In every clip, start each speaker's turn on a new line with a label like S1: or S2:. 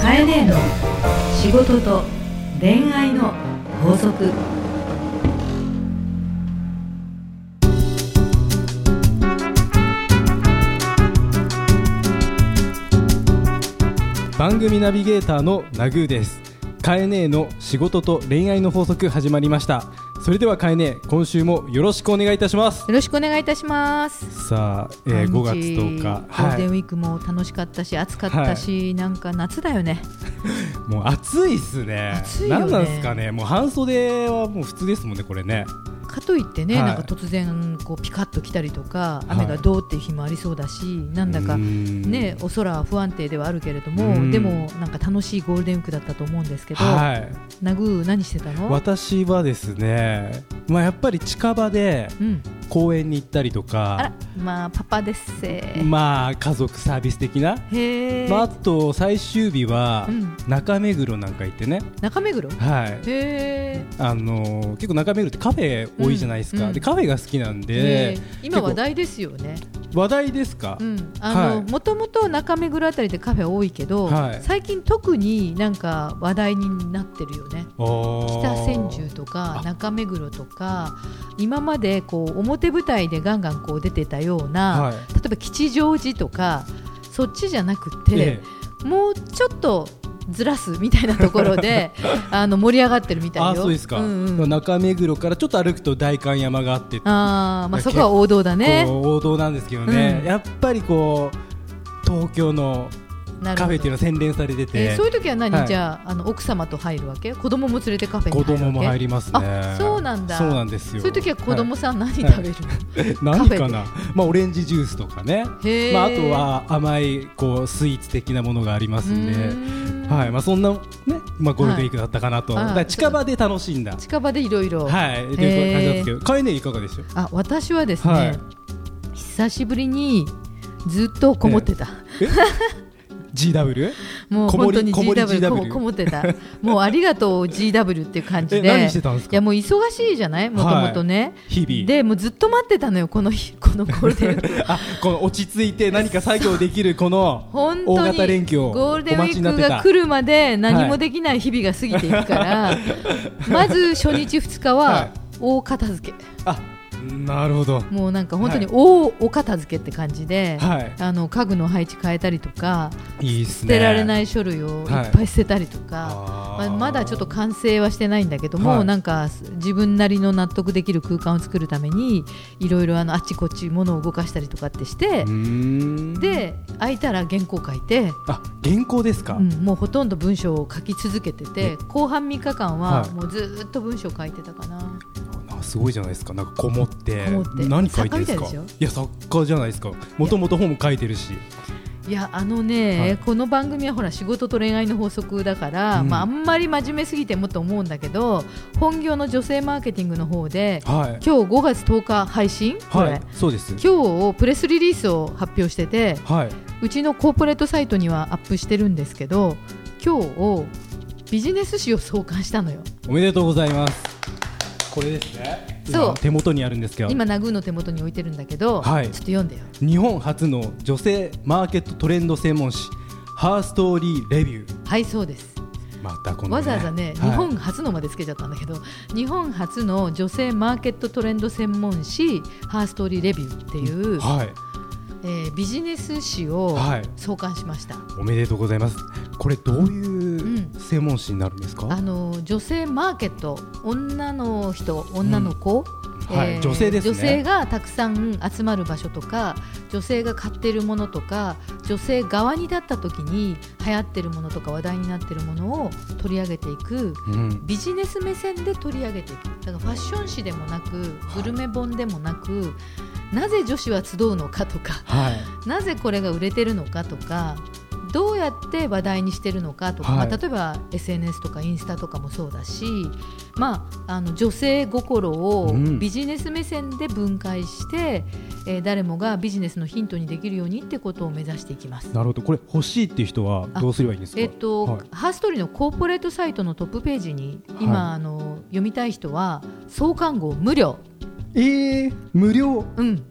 S1: カエネの仕事と恋愛の法則
S2: 番組ナビゲーターのナグーですカエネの仕事と恋愛の法則始まりましたそれではカエネ今週もよろしくお願いいたします
S3: よろしくお願いいたします。
S2: さあ、えー、5月10日
S3: ゴール
S2: は
S3: デンウ
S2: い
S3: ィークも楽しかったし、暑かったし、なんか夏だよね。
S2: もう暑いっすね
S3: 暑いよ
S2: な
S3: ね
S2: んなんですかねもう半袖はもう普通ですもんねこれね
S3: かといってね、
S2: はい
S3: なんか突然こうピカッと来たりとか、
S2: はい
S3: 雨がどうっていう日もありそうだし、なんだ
S2: う
S3: か
S2: ー。ん
S3: ね、お空は不安定ではあるけれど
S2: う
S3: も
S2: ん
S3: でもなんか楽しいゴールデンウィークだったと思うんですけど、
S2: はい
S3: ナグー何してたの、
S2: 私はですねまあやっぱり近場で
S3: うん、
S2: 公園に行ったりと
S3: あら
S2: か
S3: まあパパですせ、
S2: まあ家族サービス的な
S3: へえ、
S2: まあ、あと最終日は
S3: うん
S2: 中目黒なんか行ってね、
S3: 中目黒へ
S2: はい
S3: え
S2: あのー結構中目黒ってカフェ多いじゃないですか、
S3: うん
S2: でカフェが好きなん
S3: へ
S2: で
S3: え今話題ですよね
S2: 話題ですか、
S3: うんあの
S2: はい
S3: もともと中目黒あたりでカフェ多いけど、
S2: はい
S3: 最近特になんか話題になってるよね
S2: おー
S3: 北千住と
S2: あ
S3: か中目黒とか今までこう表舞台でガンガンこう出てたような、
S2: はい
S3: 例えば吉祥寺とかそっちじゃなくて、
S2: え
S3: もうちょっとずらすみたいなところ であの盛り上がってるみ
S2: え
S3: たいよ
S2: あそうですか、
S3: んうん
S2: 中目黒からちょっと歩くと代官山があって
S3: あーまあ、そこは王道だね。
S2: こう王道なんですけどね、
S3: うん
S2: やっぱりこう東京の
S3: なる
S2: カ
S3: ほ
S2: フェ
S3: ど
S2: っていうのは洗練されてて、
S3: えーそういう時は何、
S2: はい
S3: じゃああの奥様と入るわけ子供も連れてカフェに
S2: 子
S3: 入るわけ
S2: 供も入りますね
S3: あそうなんだ
S2: そうなんですよ
S3: そういう時は子供さん何食べる、
S2: はい何かな、まあ、オレンジジュースとかね、
S3: へー
S2: まあ、あとは甘いこうスイーツ的なものがありますん
S3: う
S2: で、
S3: ーん
S2: はいまあ、そんな、ねまあ、ゴールデンウィークだったかなと、
S3: はいあー
S2: だから近場で楽しんだ、
S3: 近場でいろいろ
S2: はい、という感じなんですけど、カエネいかがでしょう
S3: あ私はですね、
S2: はい
S3: 久しぶりにずっとこもってた、
S2: GW?
S3: もう本当に
S2: こもり
S3: GW
S2: こ
S3: こ
S2: もり GW
S3: もこもってたもうありがとう GW っていう感じ
S2: え
S3: で
S2: 何してたんです
S3: い
S2: か
S3: やもう忙しいじゃないもともとね、
S2: 日々
S3: でもうずっと待ってたのよこの日このゴールデンウィーク
S2: あこの落ち着いて何か作業できるこの
S3: 本
S2: 大
S3: 当に
S2: 型連休を
S3: ゴールデンウィーク
S2: お待ちにな
S3: が
S2: って
S3: 来るまで何もできない日々が過ぎていくから、まず初日2日
S2: はい
S3: は大片付け、
S2: たあなるほど
S3: もうなんか本当に
S2: は
S3: 大お片付けって感じで、
S2: はい
S3: あの家具の配置変えたりとか、
S2: いいっす
S3: 捨
S2: ね
S3: てられないい書類をい
S2: はい
S3: っぱい捨てたりとか。まあまだちょっと完成はしてないんだけども、
S2: はい
S3: なんか自分なりの納得できる空間を作るためにいろいろあのあっちこっち物を動かしたりとかってして、で空いたら原稿書いて、
S2: あ原稿ですか、
S3: うん、もうほとんど文章を書き続けてて後半3日間
S2: は
S3: はいもうずーっと文章書いてたかな、
S2: なんかすごいじゃないですかなんかこもって
S3: こもって
S2: 何書いてる
S3: 作家み
S2: んです
S3: たい
S2: か
S3: でしょ
S2: や作家じゃないですかもともと本も書いてるし
S3: い、やあの
S2: は
S3: ね、
S2: い
S3: この番組はほら仕事と恋愛の法則だから、
S2: うん
S3: まあ、あんまり真面目すぎてもと思うんだけど本業の女性マーケティングの方で
S2: はい
S3: 今日5月10日配信、これ
S2: はいそうです
S3: 今日プレスリリースを発表してて
S2: はいう
S3: ちのコーポレートサイトにはアップしてるんですけど今日ビジネス誌を創刊したのよ
S2: おめでとうございますこれですね
S3: そう
S2: 今手元にあるんですけど
S3: 今ナグーの手元に置いてるんだけど、
S2: はい
S3: ちょっと読んでよ
S2: 日本初の女性マーケットトレンド専門誌ハーストーリーレビュー
S3: はいそうです
S2: またこの、ね、
S3: わざわざね、
S2: はい
S3: 日本初のまでつけちゃったんだけど日本初の女性マーケットトレンド専門誌「ハーストーリーレビュー」っていう、
S2: はい
S3: えービジネス誌を
S2: はい
S3: 創刊しました、
S2: おめでとうございますこれどういうんう専門誌になるんですか、
S3: あの女性マーケット女の人女の子、
S2: はい女性ですね
S3: 女性がたくさん集まる場所とか女性が買ってるものとか女性側に立った時に流行ってるものとか話題になってるものを取り上げていく
S2: うん
S3: ビジネス目線で取り上げていくだからファッション誌でもなくグルメ本でもなく、なぜ女子は集うのかとか
S2: はい
S3: なぜこれが売れてるのかとかどうやって話題にしてるのかとか、
S2: はい
S3: まあ、例えば SNS とかインスタとかもそうだし、まあ、あの女性心を
S2: うん
S3: ビジネス目線で分解して、えー誰もがビジネスのヒントにできるようにってことを目指していきます。
S2: なるほどこれ欲しいっていう人はどうすればいいんですか
S3: えっと、
S2: はい
S3: ハーストーリーのコーポレートサイトのトップページに今、あの読みたい人は創刊号無料、
S2: えー、無料
S3: うん、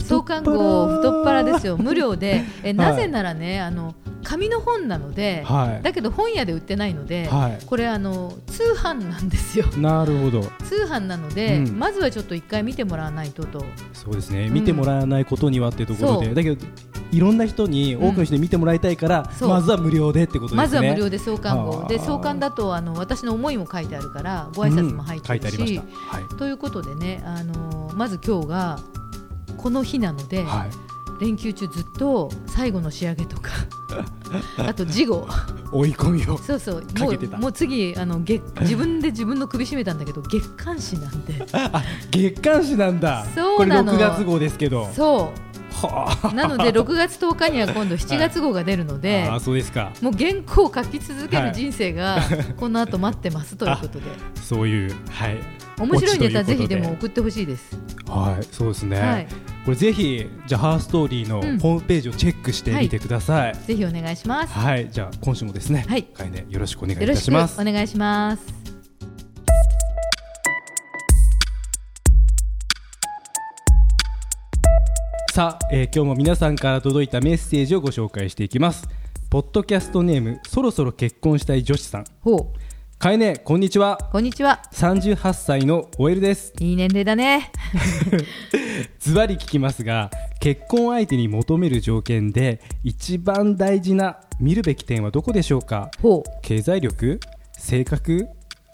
S3: 創刊号太っ腹です
S2: よ
S3: よ無料でえなぜならねあの紙の本なので、
S2: はい
S3: だけど本屋で売ってないので、
S2: はい
S3: これあの通販なんですよ
S2: なるほど
S3: 通販なので、
S2: うん
S3: まずはちょっと一回見てもらわないとと
S2: そうですね、
S3: うん
S2: 見てもらわないことにはっていうところで
S3: そう
S2: だけどいろんな人に多くの人に見てもらいたいから、
S3: そう
S2: まずは無料でってことですね
S3: まずは無料で創刊号
S2: あー
S3: で創刊だとあの私の思いも書いてあるからご挨拶も入ってるし,、
S2: うん書いてありましたはい
S3: ということでねあのまず今日がこの日なので、
S2: はい、
S3: 連休中ずっと最後の仕上げ とかあと事後
S2: 追い込みを
S3: そうそう
S2: か
S3: も
S2: けてた
S3: うもう次あの月自分で自分の首絞めたんだけど月刊誌なんで
S2: あ月刊誌なんだ
S3: そうなの
S2: これ6月号ですけど
S3: そ
S2: はあ
S3: うなので6月10日には今度7月号が出るので、
S2: あーそうですか
S3: もう原稿を書き続け
S2: はい
S3: る人生がこの後待ってますということで、
S2: そういうはい
S3: 面白いネタ
S2: 落
S3: ぜ
S2: ちとう
S3: ひ
S2: こと
S3: でも送ってほしいです。
S2: はいそうですね、
S3: はい
S2: これぜひじゃあハーストーリーの
S3: うん
S2: ホームページをチェックしてみてください、
S3: ぜひお願いします。
S2: はい、じゃあ今週もですね、
S3: はい
S2: かえねよろしくお願いい
S3: よろ
S2: た
S3: しく
S2: し
S3: お
S2: ます。
S3: 願いします。
S2: さあ、えー今日も皆さんから届いたメッセージをご紹介していきます。ポッドキャストネームそろそろ結婚したい女子さん、
S3: ほ
S2: かえねこんにちは
S3: う、。こんにちは。
S2: 38歳の OL です。
S3: いい年齢だね。
S2: ズバリ聞きますが、結婚相手に求める条件で一番大事な見るべき点はどこでしょうか。
S3: ほ
S2: 経済力性格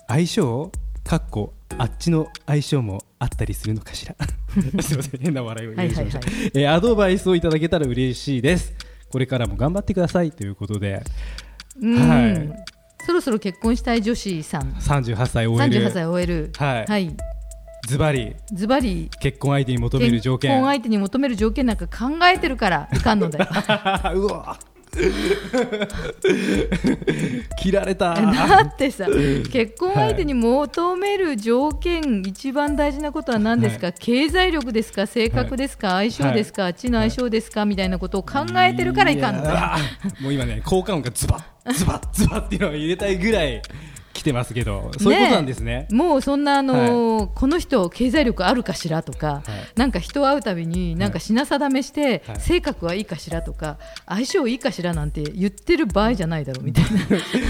S2: 相性かっこあっちの相性もあったりするのかしら すいません変な笑いを入れてしまいました、
S3: はいは
S2: えーアドバイスをいただけたら嬉しいですこれからも頑張ってくださいということで
S3: う。うん、
S2: はい
S3: そろそろ結婚したい女子さん。
S2: 38歳
S3: 三十
S2: OL
S3: 八歳 OL。
S2: はい
S3: はい。
S2: ズバリ
S3: ズバリ。
S2: 結婚相手に求める条件
S3: 結婚相手に求める条件なんか考えてる からいかんのだよ
S2: うわ 切られた
S3: だってさ結婚相手に求める条件、一番大事なことは何ですか、経済力ですか性格ですか、相性ですか、あっちの相性ですか、みたいなことを考えてるからいかんのだよ
S2: やーもう今ね効果音がズバ ッズバッズバッっていうのを入れたいぐらい来てますけどそういうことなんですね
S3: えもうそんなあのーこの人経済力あるかしらとか、なんか人会うたびになんか品定めして、
S2: はい
S3: 性格はいいかしらとか相性いいかしらなんて言ってる場合じゃないだろうみたい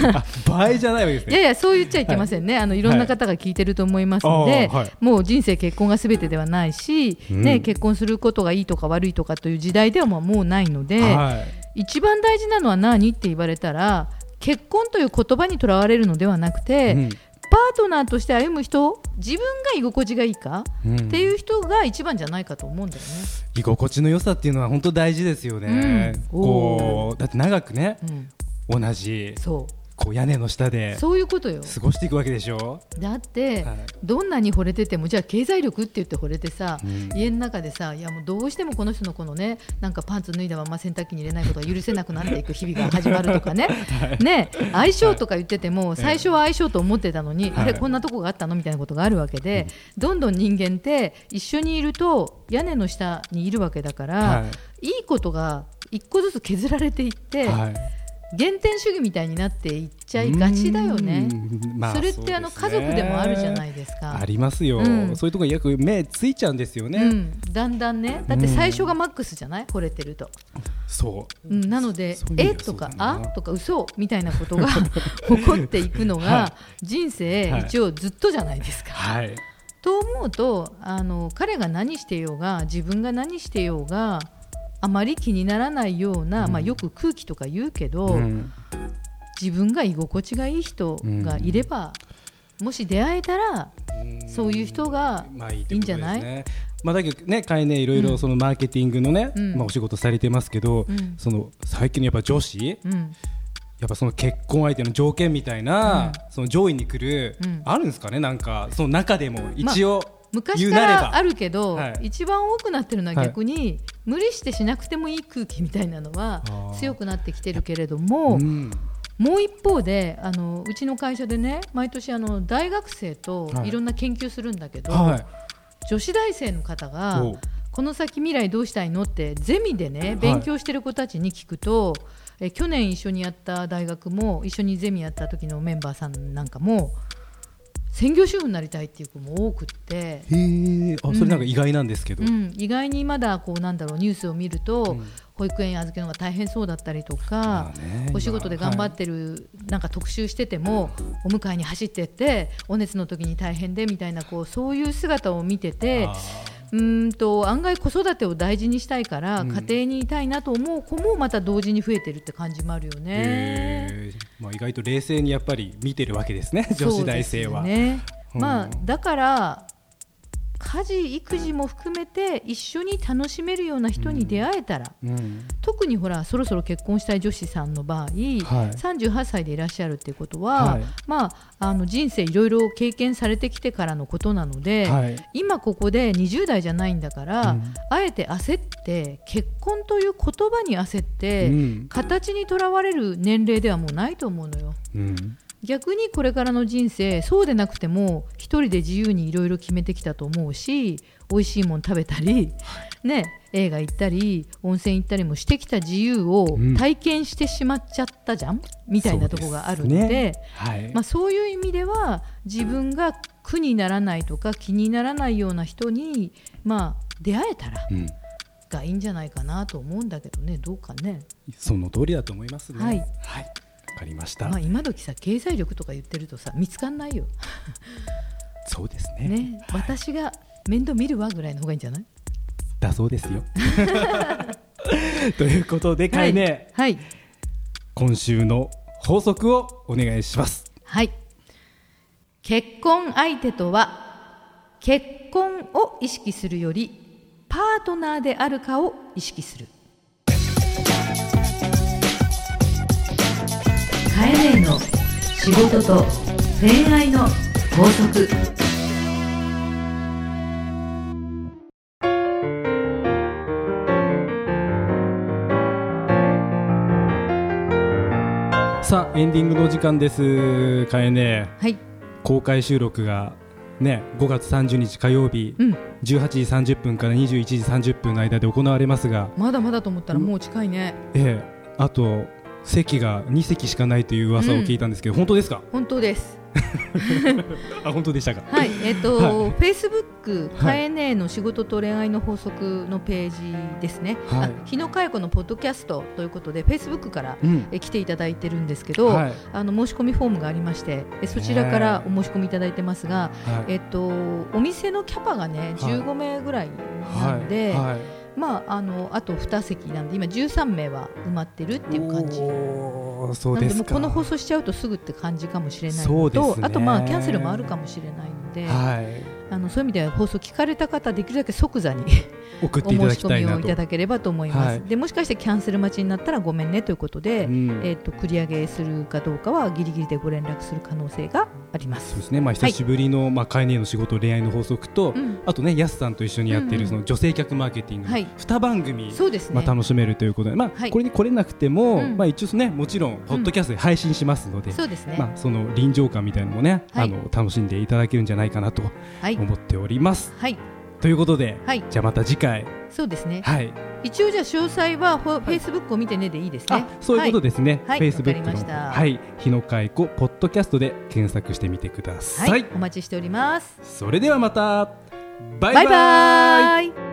S3: な
S2: あ倍じゃないわけ です
S3: いや
S2: ね
S3: いやそう言っちゃいけませんね、あのいろんな方が聞いてると思いますので、
S2: あーはい
S3: もう人生結婚がすべてではないし、
S2: うん
S3: ね、結婚することがいいとか悪いとかという時代ではもうもうないので、
S2: はい
S3: 一番大事なのは何って言われたら結婚という言葉にとらわれるのではなくて、
S2: うん
S3: パートナーとして歩む人自分が居心地がいいか、
S2: うん
S3: っていう人が一番じゃないかと思うんだよね。
S2: 居心地の良さっていうのは本当大事ですよね、
S3: うん
S2: こうだって長くね
S3: うん、
S2: 同じ
S3: そ
S2: こう屋根の下
S3: う
S2: で
S3: そういうことよ
S2: 過ごしていくわけでしょ
S3: だって、
S2: はい
S3: どんなに惚れててもじゃあ経済力って言って惚れてさ、
S2: うん
S3: 家の中でさいやもうどうしてもこの人のこのねなんかパンツ脱いだまま洗濯機に入れないことが許せなくなっていく日々が始まるとか ねね相性とか言ってても最初は相性と思ってたのに、
S2: はい
S3: あれこんなとこがあったのみたいなことがあるわけで、どんどん人間って一緒にいると屋根の下にいるわけだから、、
S2: はい
S3: いことが一個ずつ削られていって、
S2: はい
S3: 減点主義みたいになっていっちゃいがちだよね。
S2: うんまあ
S3: それってあの
S2: そ
S3: 家
S2: うですね
S3: 族でもあるじゃないですか。
S2: ありますよ、
S3: うん
S2: そういうところによく目ついちゃうんですよね、
S3: うん、だんだんねだって最初がマックスじゃない惚れてると、
S2: そう
S3: うん、なので
S2: そ
S3: 「
S2: ういう意味
S3: え」
S2: では
S3: とか「
S2: そうだ
S3: あ
S2: な」
S3: とか「嘘みたいなことが 起こっていくの
S2: は
S3: が人生
S2: はい
S3: 一応ずっとじゃないですか。
S2: はい
S3: と思うとあの彼が何してようが自分が何してようがあまり気にならないような、まあ、よく空気とか言うけど、
S2: うん
S3: 自分が居心地がいい人がいれば、もし出会えたらそういう人が
S2: まあいいって
S3: いい
S2: こ
S3: んじ
S2: とです
S3: ゃない
S2: ね。まあだけどね、かえねいろいろそのマーケティングのね、
S3: うん
S2: まあお仕事されてますけど、
S3: うん
S2: その最近のやっぱ女子、や
S3: うん、
S2: っぱその結婚相手の条件みたいな、その上位に来る、
S3: うん
S2: あるんですかね、なんかその中でも一応、
S3: 昔
S2: 言う
S3: か
S2: なれば
S3: らあるけど、
S2: はい
S3: 一番多くなってるのは
S2: はい
S3: 逆に、無理してしなくてもいい空気みたいなのは
S2: あー
S3: 強くなってきてるけれども、
S2: うん
S3: もう一方であのうちの会社でね毎年あの大学生と
S2: はい
S3: いろんな研究するんだけど、
S2: はい、
S3: 女子大生の方が
S2: おう
S3: この先未来どうしたいのってゼミでね勉強してる子たちに聞くと、え去年一緒にやった大学も一緒にゼミやった時のメンバーさんなんかも専業主婦になりたいっていう子も多くって、
S2: へえあそれなんか意外なんですけど、
S3: うん、意外にまだこうなんだろうニュースを見ると、
S2: うん
S3: 保育園預けるのが大変そうだったりと
S2: ま
S3: か
S2: あ、ね
S3: お仕事で頑張ってる、なんか特集しててもお迎えに走ってってお熱の時に大変でみたいなこうそういう姿を見てて
S2: あ
S3: うーんと案外子育てを大事にしたいから、
S2: うん
S3: 家庭にいたいなと思う子もまた同時に増えてるって感じもあるよ
S2: ーへ
S3: ね。
S2: えまあ、意外と冷静にやっぱり見てるわけですね女
S3: そ
S2: 子
S3: うで
S2: 大
S3: す
S2: 生
S3: よ
S2: は、
S3: ね
S2: うん
S3: まあ、だから家事育児も含めて一緒に楽しめるような人に出会えたら、
S2: うん、
S3: 特にほらそろそろ結婚したい女子さんの場合、38歳でいらっしゃるっていうことは、
S2: はい
S3: まあ、あの人生いろいろ経験されてきてからのことなので、
S2: はい
S3: 今ここで20代じゃないんだから、
S2: うん
S3: あえて焦って結婚という言葉に焦って、
S2: うん
S3: 形にとらわれる年齢ではもうないと思うのよ。
S2: うん
S3: 逆にこれからの人生そうでなくても一人で自由にいろいろ決めてきたと思うし美味しいもん食べたり、ね、映画行ったり温泉行ったりもしてきた自由を
S2: うん
S3: 体験してしまっちゃったじゃん、みたいなとこがあるので
S2: そうですねはい
S3: まあ、そういう意味では自分が苦にならないとか気にならないような人に、まあ、出会えたら
S2: うん、
S3: がいいんじゃないかなと思うんだけどねどうかね。
S2: その通りだと思いますね
S3: はい
S2: わ、かりました、
S3: まあ、今時さ経済力とか言ってるとさ見つかんないよ。
S2: そうですね
S3: ね、私が面倒見るわぐらいの方がいいんじゃない
S2: だそうです よということでかいね、
S3: はい、はい
S2: 今週の法則をお願いします
S3: はい結婚相手とは結婚を意識するよりパートナーであるかを意識する
S1: カエネの仕事と恋愛の法則
S2: さあエンディングのお時間ですかえね
S3: はい、
S2: 公開収録がね5月30日火曜日、
S3: うん、
S2: 18時30分から21時30分の間で行われますが、
S3: まだまだと思ったらもう近いね
S2: ええ、あと席が2席しかないという噂を聞いたんですけど、本当ですか
S3: 本当です
S2: あ本当でしたか
S3: はいえっ、と、
S2: は
S3: Facebook
S2: は
S3: か
S2: い
S3: えねえの仕事と恋愛の法則のページですね、
S2: は
S3: あ
S2: い
S3: 日野佳代子のポッドキャストということで Facebook から
S2: うん
S3: え来ていただいてるんですけど、
S2: はい
S3: あの申し込みフォームがありましてえそちらからお申し込みいただいてますが、
S2: はい
S3: えっと、お店のキャパがね15名ぐらいなんで、
S2: はい
S3: まあ、あのあと2席なんで今13名は埋まってるっていう感じ。
S2: おー
S3: な
S2: そう
S3: の
S2: で
S3: ですもう
S2: か
S3: この放送しちゃうとすぐって感じかもしれない
S2: そ
S3: の
S2: うで
S3: と、
S2: すね
S3: あとまあキャンセルもあるかもしれないので、
S2: はい
S3: あのそういう意味では放送聞かれた方できるだけ即 座に
S2: 送っ
S3: お
S2: ていた
S3: 申
S2: だ
S3: し
S2: きた
S3: 込
S2: い
S3: み
S2: な
S3: を
S2: と
S3: いただければと思います、
S2: はい
S3: でもしかしてキャンセル待ちになったらごめんねということで、
S2: うん
S3: えっと繰り上げするかどうかはギリギリでご連絡する可能性がありま
S2: そう
S3: す。
S2: ですね、まあ、久しぶりの、まあ、会年の仕事恋愛の法則と、
S3: うん
S2: あとねやすさんと一緒にやってい
S3: うんう
S2: る
S3: ん
S2: その女性客マーケティングの
S3: はい
S2: 2番組、
S3: そうです
S2: まあ、
S3: ね。
S2: 楽しめるということで、まあ
S3: はい
S2: これに来れなくても、
S3: うん
S2: まあ、一応ねもちろんポッドキャストで配信しますので、
S3: そうですね。
S2: まあ、その臨場感みたいなのもね、
S3: はい
S2: あの楽しんでいただけるんじゃないかなと
S3: はい
S2: 思っております。
S3: はい
S2: ということで、
S3: はい
S2: じゃあまた次回、
S3: そうですね。
S2: はい
S3: 一応じゃあ詳細はフェイスブックを見てねでいいですね。
S2: あそういうことですね、
S3: はい
S2: Facebook
S3: わかりま
S2: の、
S3: した
S2: はい、日野海子ポッドキャストで検索してみてくださ
S3: はいい、お待ちしております。
S2: それではまたバイバ
S3: バイ
S2: イ
S3: バーイ